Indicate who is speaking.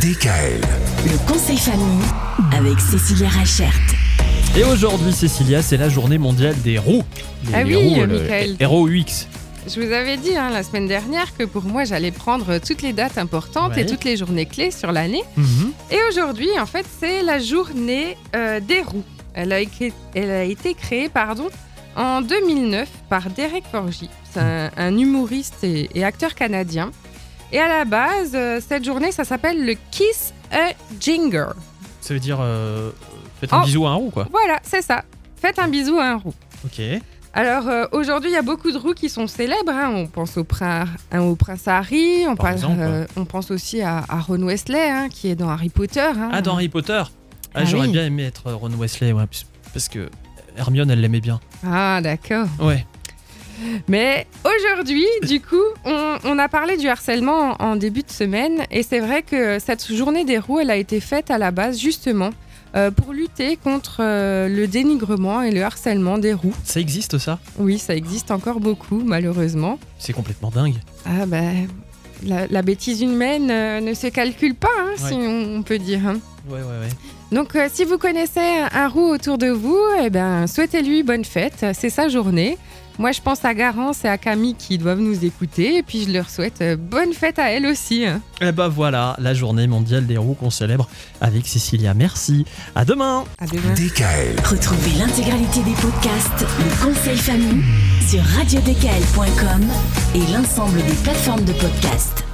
Speaker 1: DKL.
Speaker 2: Le conseil famille avec Cécilia Rachert.
Speaker 3: Et aujourd'hui, Cécilia, c'est la journée mondiale des roues. Les-
Speaker 4: Ah
Speaker 3: les
Speaker 4: oui,
Speaker 3: roues, le-
Speaker 4: Michael.
Speaker 3: ROUX.
Speaker 4: Je vous avais dit hein, la semaine dernière que pour moi j'allais prendre toutes les dates importantes
Speaker 3: Ouais.
Speaker 4: et toutes les journées clés sur l'année.
Speaker 3: Mhm.
Speaker 4: Et aujourd'hui en fait c'est la journée euh, des roues. Elle a, écrit- elle a été créée pardon, en 2009 par Derek Forgy. C'est un, un humoriste et, et acteur canadien. Et à la base euh, cette journée ça s'appelle le Kiss a Jinger.
Speaker 3: Ça veut dire. euh, faites un
Speaker 4: Oh.
Speaker 3: bisou à un roux, quoi.
Speaker 4: Voilà c'est ça. Faites un bisou à un roux.
Speaker 3: Ok.
Speaker 4: Alors euh, aujourd'hui, il y a beaucoup de roues qui sont célèbres. hein. On pense au, prin- hein, au prince Harry, on,
Speaker 3: Par
Speaker 4: pense-
Speaker 3: exemple.
Speaker 4: euh, on pense aussi à, à Ron Wesley, hein, qui est dans Harry Potter. hein.
Speaker 3: Ah, dans Harry Potter. Ah,
Speaker 4: Ah
Speaker 3: j'aurais
Speaker 4: oui.
Speaker 3: bien aimé être Ron Wesley, ouais, puis- parce que Hermione, elle l'aimait bien.
Speaker 4: Ah, d'accord.
Speaker 3: Ouais.
Speaker 4: Mais aujourd'hui, du coup, on, on a parlé du harcèlement en, en début de semaine, et c'est vrai que cette journée des roues, elle a été faite à la base justement euh, pour lutter contre euh, le dénigrement et le harcèlement des roues.
Speaker 3: Ça existe, ça
Speaker 4: Oui, ça existe encore beaucoup, malheureusement.
Speaker 3: C'est complètement dingue.
Speaker 4: Ah ben, la, la bêtise humaine euh, ne se calcule pas, hein, si on, on peut dire. hein.
Speaker 3: Ouais, ouais, ouais.
Speaker 4: Donc, euh, si vous connaissez un, un roux autour de vous, eh ben, souhaitez-lui bonne fête. C'est sa journée. Moi, je pense à Garance et à Camille qui doivent nous écouter, et puis je leur souhaite euh, bonne fête à elles aussi. hein.
Speaker 3: Et bah voilà, la journée mondiale des roues qu'on célèbre avec Cécilia. Merci. À demain
Speaker 4: À demain.
Speaker 1: DKL.
Speaker 2: Retrouvez l'intégralité des podcasts Le conseil famille sur radiodkl.com et l'ensemble des plateformes de podcasts.